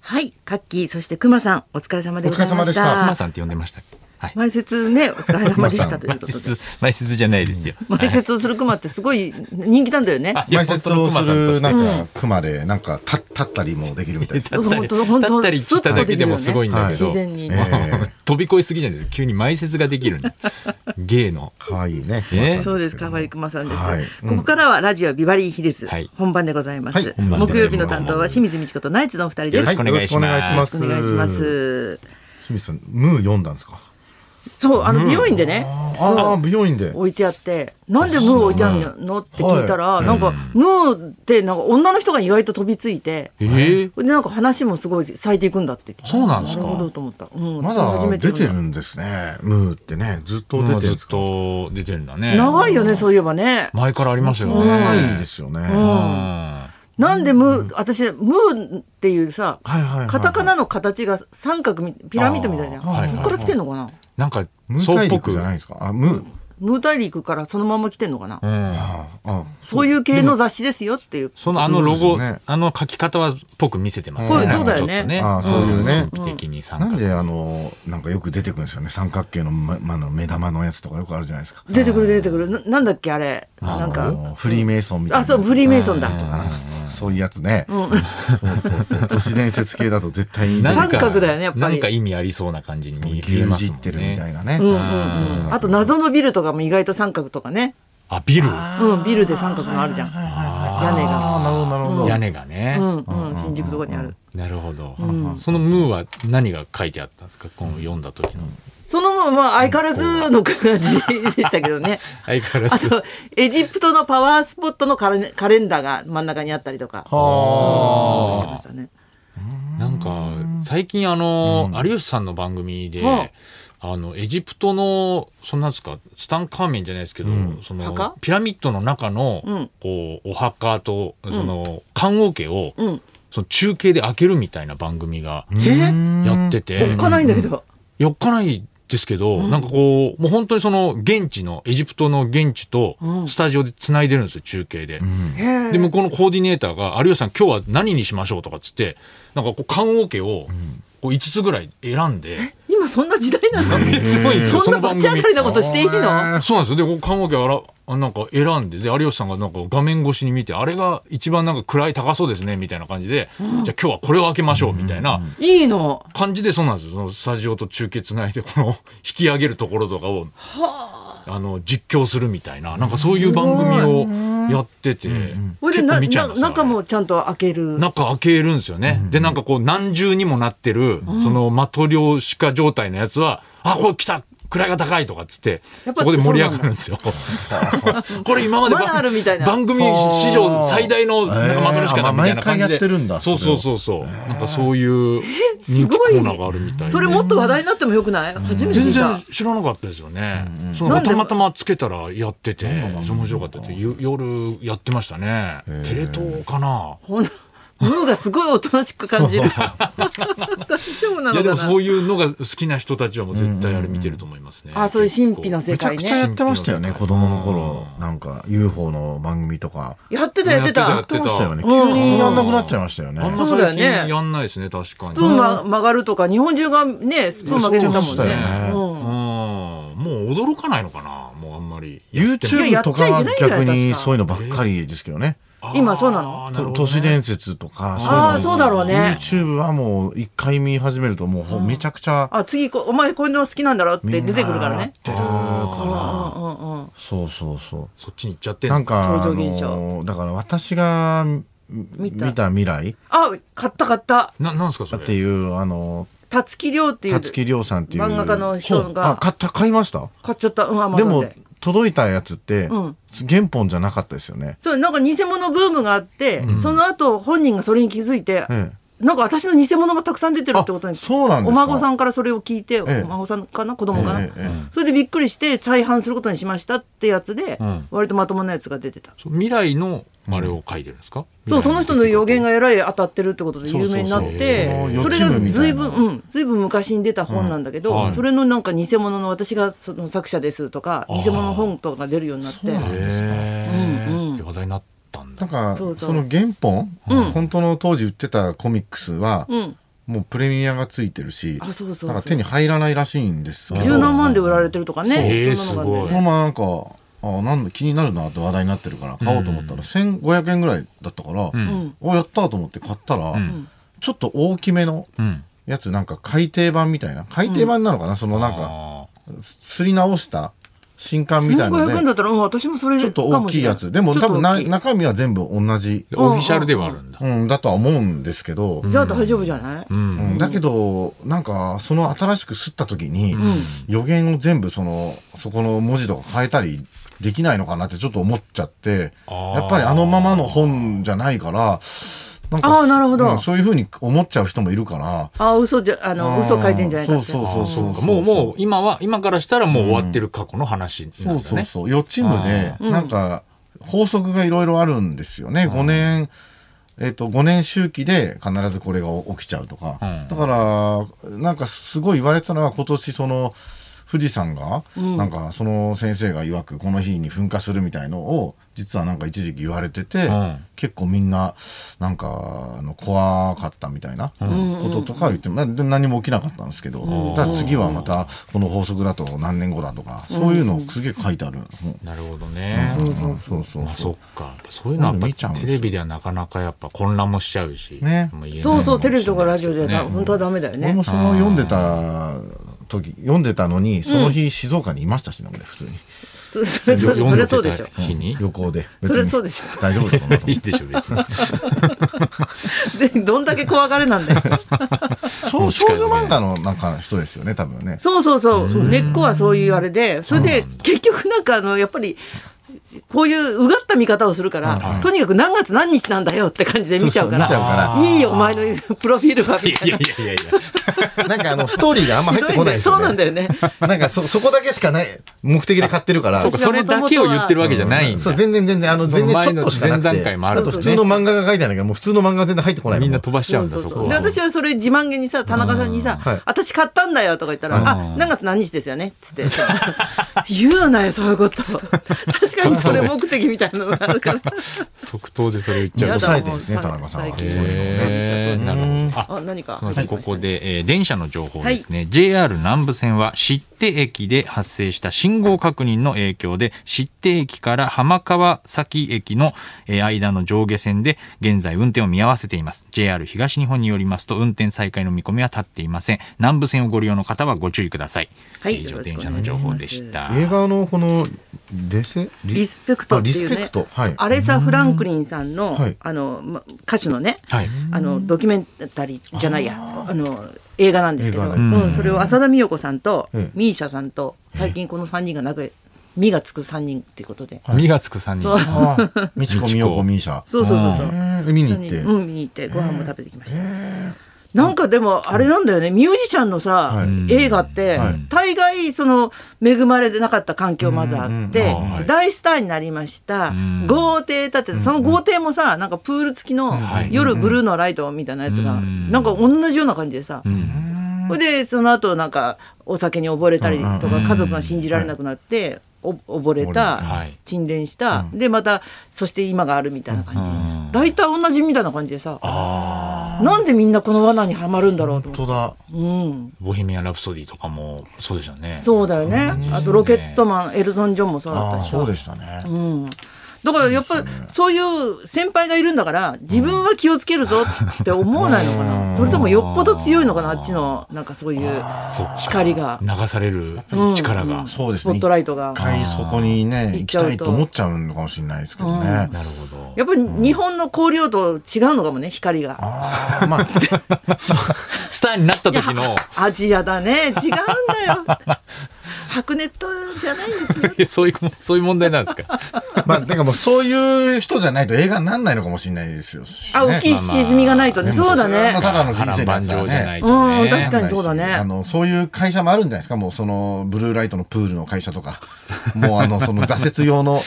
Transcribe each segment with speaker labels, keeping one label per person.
Speaker 1: はい、カッキー、そしてクマさん、お疲れ様でございました。
Speaker 2: お疲れ様でした
Speaker 1: ク
Speaker 2: ク
Speaker 1: マ
Speaker 2: マ
Speaker 1: さん
Speaker 3: さんって呼んでましたっけ。はい。
Speaker 1: 前説ね、お疲れ様でしたということ
Speaker 3: 埋
Speaker 1: で。
Speaker 3: 設埋設じゃないですよ。
Speaker 1: 前説をするクマってすごい人気なんだよね。
Speaker 3: あいや
Speaker 2: 埋設をするな
Speaker 3: 本
Speaker 2: んか熊でなんか立立ったりもできるみたいです。
Speaker 3: 当のクマさんとして立ったり立ったりしただけでもすごいんだけど、
Speaker 1: 自然に
Speaker 2: ええ
Speaker 3: 飛び越えすぎじゃないですか。急に埋設ができるんで。芸の。
Speaker 2: 可愛いね。
Speaker 3: ええ
Speaker 1: そうです、かわいくまさんです、
Speaker 2: はいうん
Speaker 1: ここからはラジオビバリーヒルズ、
Speaker 3: はい
Speaker 1: 本番でございます、
Speaker 2: はい
Speaker 3: 本番でご
Speaker 1: 木
Speaker 3: ざいます
Speaker 1: 曜日の担当は清水美智子とナイツのお二人です、
Speaker 3: よろ
Speaker 2: は
Speaker 3: しくお願いします
Speaker 1: お願いします。
Speaker 2: 清水さん、ムー読んだんですか。
Speaker 1: そう、あの美容院でね、
Speaker 2: ああ、美容院で。
Speaker 1: 置いてあって、なんでムー置いてあるのって聞いたら、
Speaker 2: は
Speaker 1: なんかムーってなんか女の人が意外と飛びついて、
Speaker 3: ええ。
Speaker 1: でなんか話もすごい咲いていくんだって言って
Speaker 3: そうなんですか
Speaker 1: なるほどと思った。うん、
Speaker 2: ま
Speaker 1: 私初
Speaker 2: だ
Speaker 1: め
Speaker 2: 出て
Speaker 1: 読
Speaker 2: る
Speaker 1: んだ
Speaker 2: んですね。ムーってね、ずっと出
Speaker 3: もう
Speaker 2: て
Speaker 3: ず
Speaker 2: る
Speaker 3: っ。と出てるんだね。
Speaker 1: 長いよね、そういえばね。
Speaker 3: 前からありますよね。
Speaker 2: 長いですよね。
Speaker 3: う
Speaker 2: は
Speaker 3: ん。
Speaker 1: なんでムー、私、ムーっていうさ、
Speaker 2: いはいはいはい。
Speaker 1: カタカナの形が三角み、ピラミッドみたいじゃん。
Speaker 3: あーはいはい
Speaker 1: そっから来てんのかな
Speaker 3: なんか
Speaker 2: ムー
Speaker 3: そう
Speaker 2: 大
Speaker 3: っぽ
Speaker 2: 陸
Speaker 3: く。
Speaker 2: じゃない
Speaker 3: うん
Speaker 2: ですか。あ、ムー。
Speaker 1: ムー大陸からそのまま来てんのかな、
Speaker 2: ああ、
Speaker 1: そういう系の雑誌ですよっていう。
Speaker 3: そのあのロ
Speaker 2: そう
Speaker 3: ゴ、
Speaker 2: ですよね
Speaker 3: あの書き方はっぽく見せてます
Speaker 1: そう
Speaker 3: ね。
Speaker 1: そうだよね
Speaker 3: なんかちょっ
Speaker 2: あーそ
Speaker 3: と
Speaker 2: ういうね
Speaker 3: 神秘的に参
Speaker 2: な
Speaker 3: 加
Speaker 2: んであのなんかよく出てくるんですよね三角形の,、ままあの目玉のやつとかよくあるじゃないですか。
Speaker 1: 出てくる出てくる。ななんだっけあれ。
Speaker 2: あ
Speaker 1: なん
Speaker 2: の
Speaker 1: か。
Speaker 2: フリーメイソンみたい
Speaker 1: あ、
Speaker 2: な
Speaker 1: そう、フリーメイソンだ。
Speaker 2: とかなそういうやつね、そうそうそう都市伝説系だと絶対に
Speaker 1: なん
Speaker 2: 牛
Speaker 1: 三角だよねやっぱり
Speaker 3: なんか意味ありそうな感じに見えます
Speaker 2: 耳
Speaker 3: もんね。
Speaker 2: ってるみたいなね、
Speaker 1: うんうんうん。あと謎のビルとかも意外と三角とかね。
Speaker 3: あ、ビル。
Speaker 1: うん、ビルで三角があるじゃん。屋根が。
Speaker 2: ああなるほどなるほど、
Speaker 3: 屋根がね
Speaker 1: う。んうん、新宿とかにある。
Speaker 3: なるほど。そのムーは何が書いてあったんですかこの読んだ時の。
Speaker 1: そのまま相変わらずの感じでしたけど ね。
Speaker 3: 相変わら
Speaker 1: あ
Speaker 3: ず。
Speaker 1: と、エジプトのパワースポットのカレカレンダーが真ん中にあったりとか。
Speaker 3: あー
Speaker 1: してましたね。
Speaker 3: なんか、最近あの、有吉さんの番組で、
Speaker 1: うん
Speaker 3: あの、エジプトの、そんなんですか、スタンカーメンじゃないですけど、そ
Speaker 1: 墓
Speaker 3: の、ピラミッドの中の、
Speaker 1: うん
Speaker 3: こう、お墓と、その、棺桶を、
Speaker 1: うん。
Speaker 3: その中継で開けるみたいな番組が
Speaker 1: え
Speaker 3: やってて、
Speaker 1: おっかないんだけど。
Speaker 3: よっかないですけど、なんかこう、もう本当にその現地の、エジプトの現地と
Speaker 1: うん
Speaker 3: スタジオで繋いでるんですよ、中継で。
Speaker 1: へえ
Speaker 3: で、向こうのコーディネーターが、有吉さん今日は何にしましょうとかっつって、なんかこう、棺桶を、こう5つぐらい選んで、
Speaker 1: 今そんな時代なの
Speaker 3: すごいんですよ、
Speaker 1: そ
Speaker 3: そ
Speaker 1: んな
Speaker 3: の
Speaker 1: バ
Speaker 3: 番
Speaker 1: チ当
Speaker 3: 組
Speaker 1: た。りなことしていいの
Speaker 3: そうなんですよ。で、こう棺桶あら、あなんか選んで、で、有吉さんがなんか画面越しに見て、あれが一番なんか位高そうですね、みたいな感じで、じゃあ今日はこれを開けましょう、みたいな。
Speaker 1: いいの
Speaker 3: 感じでそうなんですよそのスタジオと中継つないでこの 引き上げるところとかをあの実況するみたいななんかそういう番組をやってて
Speaker 1: ほいで
Speaker 3: 結
Speaker 1: な
Speaker 3: 構見ちゃい
Speaker 1: な
Speaker 3: ますよ
Speaker 1: 中
Speaker 3: あ
Speaker 1: もちゃんと開け
Speaker 3: れ
Speaker 1: る
Speaker 3: 中開けるんですよね、でなんかこう何重にもなってる、そのマトリョーシカ状態のやつはあこれ来た位が高いとかっつって
Speaker 1: やっぱ
Speaker 3: そこで盛り上がるんですよ これ今まで
Speaker 1: まだあるみたいな
Speaker 3: 番組史上最大のなんかマトリョーシカだみたいな感じで、
Speaker 2: えーあ毎回やってるんだ
Speaker 3: そうそうそうそう、なんかそういう
Speaker 1: す
Speaker 3: 人気
Speaker 1: ご
Speaker 3: コ
Speaker 1: い
Speaker 3: ーナーがあるみたいで
Speaker 1: それもっと話題になってもよくない初めて聞
Speaker 3: 全
Speaker 1: いた
Speaker 3: 然知らなかったですよね。そ
Speaker 1: な
Speaker 3: の
Speaker 1: んで
Speaker 3: たまたまつけたらやってて、それ面白かったって、ゆ夜やってましたね。テレ東かな。
Speaker 1: ほんムーがすごいおとなしく感じる大丈夫ない
Speaker 3: や
Speaker 1: の
Speaker 3: でも
Speaker 1: か
Speaker 3: そ
Speaker 1: な
Speaker 3: ういうのが好きな人たちはもう絶対あれ見てると思いますね。
Speaker 1: あそういう神秘の
Speaker 2: め
Speaker 1: 世
Speaker 2: ちゃ
Speaker 1: 界
Speaker 2: くちゃや
Speaker 1: ね
Speaker 2: ってましたよね子供の頃なんか UFO の番組とか
Speaker 1: やってたやってた
Speaker 3: や
Speaker 2: やってましたよね
Speaker 3: やっ
Speaker 2: 急
Speaker 3: てた
Speaker 2: にやんなくなっちゃいましたよね
Speaker 3: あんま
Speaker 1: そうだよ
Speaker 3: 最
Speaker 1: ね
Speaker 3: 近やんないですね、確か
Speaker 1: ス
Speaker 3: に。
Speaker 1: プーンま曲がるとか日本中がねスプーン曲げてたもん
Speaker 2: そうで
Speaker 1: ね
Speaker 2: したよね
Speaker 3: うん
Speaker 1: うん
Speaker 3: もう驚かないのかな、もうあんまり。
Speaker 1: いや
Speaker 2: YouTube とか
Speaker 1: や
Speaker 2: は
Speaker 1: っちゃいけないんじゃない
Speaker 2: 逆
Speaker 1: で
Speaker 2: に
Speaker 1: すか
Speaker 2: そういうのばっかりですけどね
Speaker 1: 今そうなの
Speaker 3: あー
Speaker 2: と
Speaker 3: るほ
Speaker 2: 都
Speaker 3: ど
Speaker 2: 市
Speaker 3: ね
Speaker 2: 伝説とかそういうの
Speaker 1: あーそうだろうね
Speaker 2: YouTube はもう一回見始めるともうほめちゃくちゃ
Speaker 1: あ次こお前こういうの好きなんだろっ
Speaker 2: みん
Speaker 1: て
Speaker 2: な
Speaker 1: 出てくるからね
Speaker 2: やってるから
Speaker 1: うんうんうん
Speaker 2: そうそうそう
Speaker 3: そっちに行っちゃってん
Speaker 2: な
Speaker 3: の
Speaker 2: んか、あ
Speaker 1: 登場現象
Speaker 2: のだから私がみ見
Speaker 1: た
Speaker 2: た未来
Speaker 1: あ買った買った
Speaker 3: な、なんすか、そ
Speaker 2: って
Speaker 3: れ。
Speaker 2: いう、あの、
Speaker 1: たつき亮っていう
Speaker 2: 辰木亮さんっていう。
Speaker 1: 漫画家の人が
Speaker 2: 本あ、買った、買いました
Speaker 1: 買っちゃったうんアマ
Speaker 2: で
Speaker 1: ゾン
Speaker 2: も
Speaker 1: で、
Speaker 2: 届いたやつって、
Speaker 1: うん
Speaker 2: 原本じゃなかったですよね。
Speaker 1: そうなんか偽物ブームがあって、その後本人がそれに気づいて、
Speaker 2: え
Speaker 1: なんか私の偽物がたくさん出てるってことに
Speaker 2: あそうなんですか
Speaker 1: お孫さんからそれを聞いて、
Speaker 2: え
Speaker 1: お孫さんかな子供かな、
Speaker 2: ええええ
Speaker 1: それでびっくりして再販することにしましたってやつで、
Speaker 3: うん
Speaker 1: 割とまともなやつが出てた、
Speaker 3: そう未来のあれを書いてるんですか
Speaker 1: そうその人の予言がえらい当たってるってことで
Speaker 2: そうそ
Speaker 1: 有
Speaker 2: うそう
Speaker 1: 名になって
Speaker 2: あ
Speaker 1: そ
Speaker 2: ー予知
Speaker 1: れが
Speaker 2: 夢みた
Speaker 1: 随
Speaker 2: いな
Speaker 1: 分うん随分昔に出た本なんだけど、
Speaker 3: うんはい
Speaker 1: それのなんか偽物の私がその作者ですとか偽物の本とか出るようになって
Speaker 3: へ
Speaker 1: うんうん
Speaker 3: ー話題になったん
Speaker 2: な
Speaker 3: だ
Speaker 2: んか、
Speaker 1: そうそう
Speaker 2: その原本、
Speaker 1: うん
Speaker 2: 本当の当時売ってたコミックスは、
Speaker 1: うん
Speaker 2: もうプレミアがついてるし
Speaker 1: あそうそうそう
Speaker 2: なんか手に入らないらしいんですけど
Speaker 1: 十何万で売られてるとかね。
Speaker 3: そう
Speaker 1: そんなのが
Speaker 3: えーすごい
Speaker 2: この
Speaker 1: ね
Speaker 2: まなんかあなんだ気になるなって話題になってるから買おうと思ったら、1500円ぐらいだったから、おやったーと思って買ったら、
Speaker 3: ん
Speaker 2: ちょっと大きめの
Speaker 3: うん。
Speaker 2: やつなんか改訂版みたいな改訂版なのかな、そのなんか
Speaker 3: あ
Speaker 2: すり直した新刊みたいの
Speaker 1: 1500円だ
Speaker 2: で
Speaker 1: ったら、うん、私もそれ
Speaker 2: ちょっと大きいやつでも多分な中身は全部同じ、
Speaker 3: ーオフィシャルではあるんだ。
Speaker 2: うん、だとは思うんですけど、
Speaker 1: じゃあ大丈夫じゃない、
Speaker 3: うん。
Speaker 2: うんだけどなんかその新しく吸った時に、予言を全部そのそこの文字とか変えたりできないのかなってちょっと思っちゃって
Speaker 3: あー
Speaker 2: やっぱりあのままの本じゃないからなん
Speaker 1: あーなるほど
Speaker 2: うんそういうふうに思っちゃう人もいるから
Speaker 1: ああ、嘘じゃ、あの、
Speaker 2: うん
Speaker 1: 嘘書いてんじゃないかって。
Speaker 2: そうそうそうそう
Speaker 3: あーもうもう今は今からしたらもう終わってる過去の話な
Speaker 2: そ
Speaker 3: ん
Speaker 2: う
Speaker 3: だ
Speaker 2: そう
Speaker 3: ね。
Speaker 2: そう予知夢で
Speaker 1: ん
Speaker 2: なんか法則がいろいろあるんですよね5年えっと5年周期で必ずこれが起きちゃうとか、
Speaker 3: うん
Speaker 2: だからなんかすごい言われてたのは今年その富士山がなんかその先生が曰くこの日に噴火するみたいのを実はなんか一時期言われてて、
Speaker 3: うん
Speaker 2: 結構みんななんかあの怖かったみたいなこととか言っても、なで何も起きなかったんですけど、ただ次はまたこの法則だと何年後だとかそういうのをすげえ書いてある、
Speaker 3: なるほどね。
Speaker 2: うんそうそう
Speaker 3: まあ
Speaker 2: そ
Speaker 3: そうっか。そういうのはやっ
Speaker 2: 見ちゃ
Speaker 3: ぱ
Speaker 2: うんです
Speaker 3: テ
Speaker 2: よ
Speaker 3: レビではなかなかやっぱ混乱もしちゃうし。
Speaker 2: ね
Speaker 3: もう言えない
Speaker 1: そうそう
Speaker 3: かもし
Speaker 1: テ
Speaker 3: れ
Speaker 1: レ
Speaker 3: ない
Speaker 1: ビとかラジオで
Speaker 3: ね
Speaker 1: は、本当はダメだよ
Speaker 2: 俺
Speaker 1: ね
Speaker 2: も。その読んでた時読んでたのにその日静岡にいましたしね、俺普通に
Speaker 1: そ それそれそ
Speaker 3: よ読ん
Speaker 1: れ
Speaker 3: で
Speaker 1: そうでしょ。
Speaker 3: た日に。
Speaker 2: 旅行で
Speaker 1: それ
Speaker 2: 別に
Speaker 1: そうでしょ。
Speaker 2: 大丈夫です
Speaker 3: いいでし ょ別に。
Speaker 1: で、どんだけ怖がれ なんだよ。
Speaker 2: 少少女漫画のなんか人ですよね多分ね
Speaker 1: そうそうそう。根っこはそういうあれで、それで結局なんかあの、やっぱり、こういううがった見方をするから、とにかく何月何日なんだよって感じで見ちゃうか
Speaker 2: そうそう見ちゃう
Speaker 1: ら
Speaker 2: か、
Speaker 3: ら
Speaker 1: いいよ、お前のプロフィールはみたい
Speaker 3: いや
Speaker 1: な。
Speaker 3: いやいやいや。
Speaker 2: なんかあのストーリーがあんま入ってこないです
Speaker 1: そ
Speaker 2: よ
Speaker 1: う
Speaker 2: ね
Speaker 1: なんだよね。
Speaker 2: なんかそそこだけしかない目的で買ってるから
Speaker 3: そうかそれだけを言ってるわけじゃないん
Speaker 2: そ
Speaker 3: だ
Speaker 2: う。全然全然あの全然ち
Speaker 3: 前
Speaker 2: ょ
Speaker 3: の
Speaker 2: っとしかなくて
Speaker 3: 前段階もあるとね
Speaker 2: 普通の漫画が書いてあるんだけどもう普通の漫画は全然入ってこない
Speaker 3: みんな飛ばしちゃうんだ
Speaker 1: そうそ
Speaker 3: そう
Speaker 1: そ
Speaker 3: こ
Speaker 1: うで
Speaker 3: は。
Speaker 1: 私はそれ自慢げにさ田中さんにさ「
Speaker 2: はい
Speaker 1: 私買ったんだよ」とか言ったら「
Speaker 3: ん
Speaker 1: あ何月何日ですよね」っつって 「言うなよそういう こと確かにそれ目的みたいなのがあるから
Speaker 3: 即答でそれ言っち
Speaker 2: じ
Speaker 3: ゃ
Speaker 1: や
Speaker 2: ゃあ
Speaker 3: う
Speaker 1: だ
Speaker 2: 抑
Speaker 3: と。
Speaker 2: えてるんですね
Speaker 1: もう
Speaker 2: 田中さんは
Speaker 1: 最近
Speaker 2: そういうのをね
Speaker 3: えーなるほどあ
Speaker 1: あ何か
Speaker 3: すみませんここで、えー電車の情報ですね、
Speaker 1: は
Speaker 3: JR 南武線は知手駅で発生した信号確認の影響で知手駅から浜川崎駅の、えー間の上下線で現在運転を見合わせています JR 東日本によりますと運転再開の見込みは立っていません南武線をご利用の方はご注意ください、
Speaker 1: はい
Speaker 3: 以
Speaker 1: よ
Speaker 3: 上
Speaker 1: ろし
Speaker 3: 電
Speaker 1: くお
Speaker 3: 車
Speaker 1: 願いします
Speaker 3: の情報でした
Speaker 2: 映画のこのレセ
Speaker 1: リスペクトっていう
Speaker 2: あリスペ
Speaker 1: ね
Speaker 2: クトはい
Speaker 1: アレサ・フランクリンさんの
Speaker 2: はい
Speaker 1: あのま歌手のね
Speaker 3: はい
Speaker 1: あのドキュメンタリーじゃないやあの映画なんですけど、
Speaker 2: 映画
Speaker 1: う
Speaker 2: なん
Speaker 3: だ
Speaker 1: ん、それを浅田美代子さんと
Speaker 2: ええ
Speaker 1: ミーシャさんと最近この3人が仲良い「み」がつく3人っていうことで。
Speaker 3: 2月く3人
Speaker 1: そう
Speaker 2: ああみちこみよこみーしゃ
Speaker 1: そうそうそうそう
Speaker 2: え。ー見に行って
Speaker 1: うん、見に行って、ご飯も食べてきました。なんかでもあれなんだよねミュージシャンのさ、
Speaker 2: はい
Speaker 1: 映画って、
Speaker 2: はい
Speaker 1: 大概その恵まれてなかった環境まずあって、
Speaker 3: うんうんはい
Speaker 1: 大スターになりました、
Speaker 3: ん
Speaker 1: 豪邸建ててその豪邸もさなんかプール付きの
Speaker 3: はい
Speaker 1: 夜ブルーのライトみたいなやつが、
Speaker 3: うん
Speaker 1: なんか同じような感じでさ、
Speaker 3: うん
Speaker 1: それでその後なんかお酒に溺れたりとか
Speaker 3: うん
Speaker 1: 家族が信じられなくなって、お溺れ
Speaker 3: は
Speaker 1: た
Speaker 3: い
Speaker 1: 沈殿した、でまたそして今があるみたいな
Speaker 3: うん
Speaker 1: 感じ大体、同じみたいな感じでさなんでみんなこの罠にはまるんだろうと思
Speaker 2: 本当だ
Speaker 1: う、うん、
Speaker 3: ボヘミアン・ラプソディとかもそうでしたね
Speaker 1: そうだよね
Speaker 3: うん
Speaker 1: あとロケットマンエルトン・ジョンもそうだった
Speaker 2: ああ
Speaker 1: し
Speaker 2: そうでしたね
Speaker 1: うん、だからやっぱりそういう先輩がいるんだから自分は気をつけるぞって思わないのかな、それともよっぽど強いのかなあっちのなんかそういう
Speaker 3: そうか
Speaker 1: 光が。
Speaker 3: 流される力が、
Speaker 2: そうです
Speaker 1: スポ
Speaker 2: ね
Speaker 1: ットライトが
Speaker 2: 一回そこにね
Speaker 1: 行っ
Speaker 2: 行
Speaker 1: ち
Speaker 2: き
Speaker 1: ゃうと
Speaker 2: たいと思っちゃうのかもしれないですけどね
Speaker 3: なるほど
Speaker 1: やっぱり日本の光量と違うのかもね、光が。
Speaker 2: ああま あそう
Speaker 3: スターになった時の
Speaker 1: アジアだね、違うんだよ。白熱じゃないんですよ。
Speaker 3: そういう、そういう問題なんですか。
Speaker 2: まあ、だからもうそういう人じゃないと映画にならないのかもしれないですよ。
Speaker 1: あ、大きい沈みがないとね。
Speaker 2: まあま
Speaker 1: そ
Speaker 2: あ
Speaker 1: うだ
Speaker 2: でも
Speaker 1: ね。
Speaker 2: ただの人生なん
Speaker 3: 万
Speaker 2: ですよ
Speaker 3: 丈
Speaker 2: ね
Speaker 3: じゃないとね。
Speaker 1: うん確かにそうだね
Speaker 2: あの、そういう会社も あるんじゃないですかもうその、ブルーライトのプールの会社とか、もうあの、その挫折用の、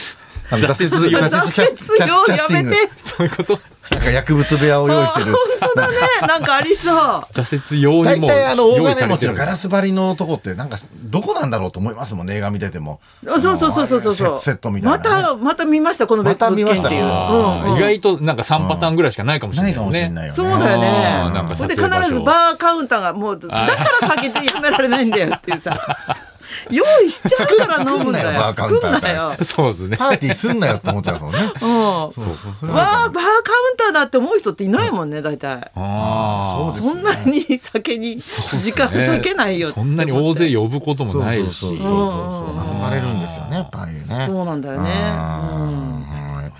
Speaker 2: あの挫折、挫
Speaker 3: 挫折
Speaker 2: 折キャスキャスキャスティング
Speaker 1: やめ。て。
Speaker 3: そういうこと
Speaker 2: なんか薬物部屋を用意してる。
Speaker 1: 本当だね。なんかありそう。
Speaker 3: 挫折用に
Speaker 2: 大
Speaker 3: も
Speaker 2: 体あの
Speaker 3: 用
Speaker 2: 大
Speaker 3: 意さ
Speaker 2: 金
Speaker 3: れ
Speaker 2: 持
Speaker 3: て
Speaker 2: ち
Speaker 3: る
Speaker 2: のガラス張りのとこってなんかどこなんだろうと思いますもんね映画見てても
Speaker 1: あそうそうそうそうそうそう。
Speaker 2: セセットみたいなね
Speaker 1: またまた見ましたこの別
Speaker 2: また
Speaker 1: 物
Speaker 2: 見
Speaker 1: 件
Speaker 2: まし
Speaker 1: ったていう。
Speaker 3: あ
Speaker 1: うんう
Speaker 3: ー
Speaker 1: ん
Speaker 3: 意外となんか3パターンぐらいしかないかもし
Speaker 2: な
Speaker 3: れない
Speaker 2: い
Speaker 3: よ
Speaker 2: かもしれ
Speaker 3: ね
Speaker 2: ないよね
Speaker 1: そうだよ
Speaker 3: あーなん
Speaker 1: ね
Speaker 3: か。
Speaker 1: それで
Speaker 3: 撮影場所
Speaker 1: 必ずバーカウンターがもうだから酒ってやめられないんだよっていうさ。用意しちゃうから飲むんだよ。
Speaker 2: 作んなよバーカウンター
Speaker 1: 作んなよ。
Speaker 3: そうですね
Speaker 2: パーティーすんなよって思っちゃう もんね
Speaker 1: うん。
Speaker 3: そうそれは
Speaker 1: わあバーカウンターだって思う人っていないもんね大体
Speaker 3: あ
Speaker 2: そう
Speaker 1: そんなに酒に時間
Speaker 3: あ
Speaker 1: 割けないよって
Speaker 3: そ
Speaker 1: 思って
Speaker 3: んなに大勢呼ぶこともないし
Speaker 2: そうそう
Speaker 1: う
Speaker 2: そ
Speaker 1: んうんうん
Speaker 2: 憧れるんですよねやっぱりね
Speaker 1: そうなんだよねうん
Speaker 2: あーはい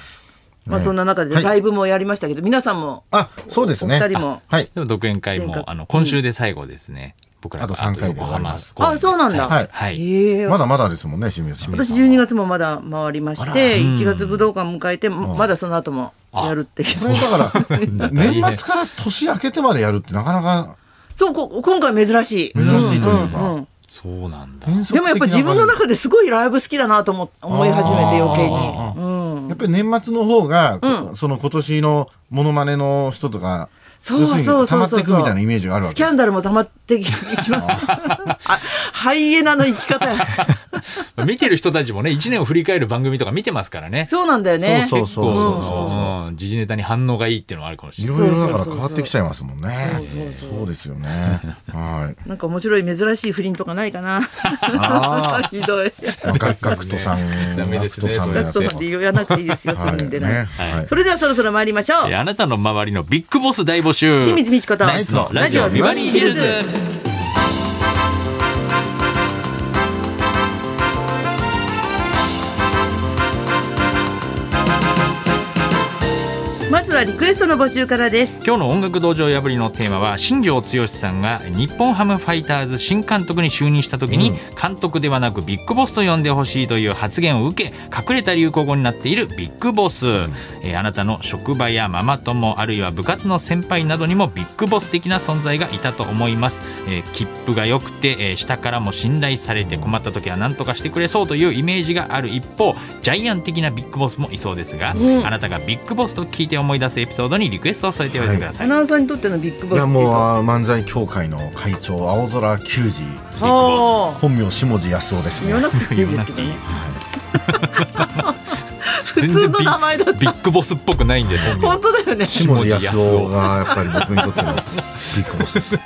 Speaker 1: まあそんな中
Speaker 2: は
Speaker 1: で
Speaker 2: い
Speaker 1: ライブもやりましたけど皆さんも
Speaker 2: あそうですね
Speaker 1: お二人も
Speaker 2: あはい
Speaker 3: でも独演会
Speaker 1: 全
Speaker 3: も
Speaker 1: 国
Speaker 3: あの今週で最後ですね、僕ら
Speaker 2: あと
Speaker 3: が
Speaker 2: 三回で
Speaker 3: 横浜公演
Speaker 1: あそうなんだ
Speaker 2: はい
Speaker 3: はい
Speaker 1: ええ
Speaker 2: まだまだですもんね清水さん
Speaker 1: 私12月もまだ回りまして1月武道館迎えてまだその後もやるっていう
Speaker 2: それだ から
Speaker 3: ん
Speaker 2: 年末から年明けてまでやるってなかなか
Speaker 1: そうこ今回珍しい
Speaker 2: 珍しいというか
Speaker 1: うんうん
Speaker 3: そうなんだ
Speaker 2: 変則的な感じ
Speaker 1: でもやっぱ自分の中ですごいライブ好きだなと思思い始めて余計
Speaker 2: あ
Speaker 1: にうん
Speaker 2: やっぱり年末の方が、その今年のモノマネの人とか
Speaker 1: そうそうそうそう
Speaker 2: 要するに溜まっていくみたいなイメージがあるわ
Speaker 1: スキ
Speaker 2: けで
Speaker 1: ャ
Speaker 2: す
Speaker 1: ンダルも溜まってききます あハイエナの生き方や
Speaker 3: 見てる人たちもね1年を振り返る番組とか見てますからね
Speaker 1: そうなんだよね
Speaker 2: そう
Speaker 3: 結構そ
Speaker 1: そうそう
Speaker 3: のうん時事ネタに反応がいいっていうのはあるかもしれ
Speaker 2: い
Speaker 3: ない
Speaker 2: ろいろだから変わってきちゃいますもんね
Speaker 1: そうそうそう
Speaker 2: そうですよ ねはい
Speaker 1: なんか面白い珍しい不倫とかないかな
Speaker 2: あ
Speaker 1: ひどい
Speaker 2: あガガクトさん
Speaker 3: ダメ
Speaker 2: ガ
Speaker 3: です
Speaker 2: ク
Speaker 3: ね
Speaker 2: トさんの
Speaker 1: ガク
Speaker 2: やつ
Speaker 1: トさんって言わなくていいですよそういうんでない、
Speaker 2: はいはい
Speaker 1: それではそろそろ参りましょう
Speaker 3: えあなたの周りのビッグボス大募集
Speaker 1: 清水美智子と
Speaker 3: ナイツのラジオビバリーヒルズ
Speaker 1: まずはリクエストの募集からです
Speaker 3: 今日の音楽道場破りのテーマは新庄剛志さんが日本ハムファイターズ新監督に就任した時に監督ではなくビッグボスと呼んでほしいという発言を受け隠れた流行語になっているビッグボス、えーあなたの職場やママ友あるいは部活の先輩などにもビッグボス的な存在がいたと思います、えー切符が良くて、えー下からも信頼されて困った時は何とかしてくれそうというイメージがある一方ジャイアン的なビッグボスもいそうですが、
Speaker 1: うん
Speaker 3: あなたがビッグボスと聞いて思い出すエピソードにリクエストを添えておいてくださ
Speaker 1: ア
Speaker 3: い、
Speaker 1: ナウンサーにとってのビッグボ
Speaker 2: い
Speaker 1: スっ
Speaker 2: や
Speaker 1: ていう
Speaker 2: もう
Speaker 1: と
Speaker 2: あー漫才協会の会長青空球児
Speaker 1: はあ
Speaker 2: 本名下地康夫ですね
Speaker 1: 言わなくてもいいですけどね 普
Speaker 3: 全然
Speaker 1: 通の名前だった
Speaker 3: ビッグボスっぽくないんで本名
Speaker 1: 本当だよね
Speaker 2: 下地康夫がやっぱり僕にとってのビッグボスです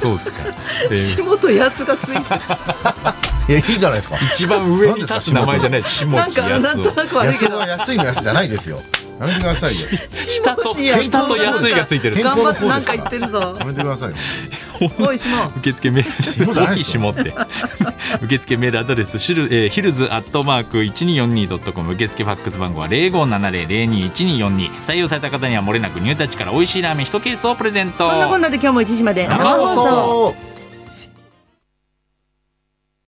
Speaker 3: そう ですか、えー
Speaker 1: 下と安がついて
Speaker 2: いやいいじゃないですか
Speaker 3: 一番上に立つ名前じゃない下
Speaker 1: なん
Speaker 3: 地
Speaker 1: かな
Speaker 3: 安
Speaker 1: ん
Speaker 3: を
Speaker 1: となく悪い
Speaker 2: 安
Speaker 1: け
Speaker 2: 夫
Speaker 1: ど
Speaker 2: は安いの安じゃないですよやめてくださいよ
Speaker 3: 下と
Speaker 1: 下地
Speaker 3: 下と安いがついてる
Speaker 2: 健
Speaker 1: 頑
Speaker 2: 康
Speaker 1: 張
Speaker 2: の
Speaker 1: って
Speaker 2: 方で
Speaker 1: なんか
Speaker 2: すか
Speaker 1: 言
Speaker 2: ら
Speaker 1: ってるぞ
Speaker 2: やめてくださいよ
Speaker 1: おい下
Speaker 3: 受付メー
Speaker 2: 下じゃ
Speaker 3: ル
Speaker 2: な
Speaker 3: 大
Speaker 2: い
Speaker 3: きい
Speaker 2: です
Speaker 3: 下
Speaker 2: よ
Speaker 3: って受付メールアドレスシル、えーヒルズアットマーク 1242.com 受付ファックス番号は0570021242採用された方にはもれなくニュータッチから美味しいラーメン1ケースをプレゼント
Speaker 1: そんなこんなで今日も1時まで
Speaker 3: 生放送
Speaker 2: 生放送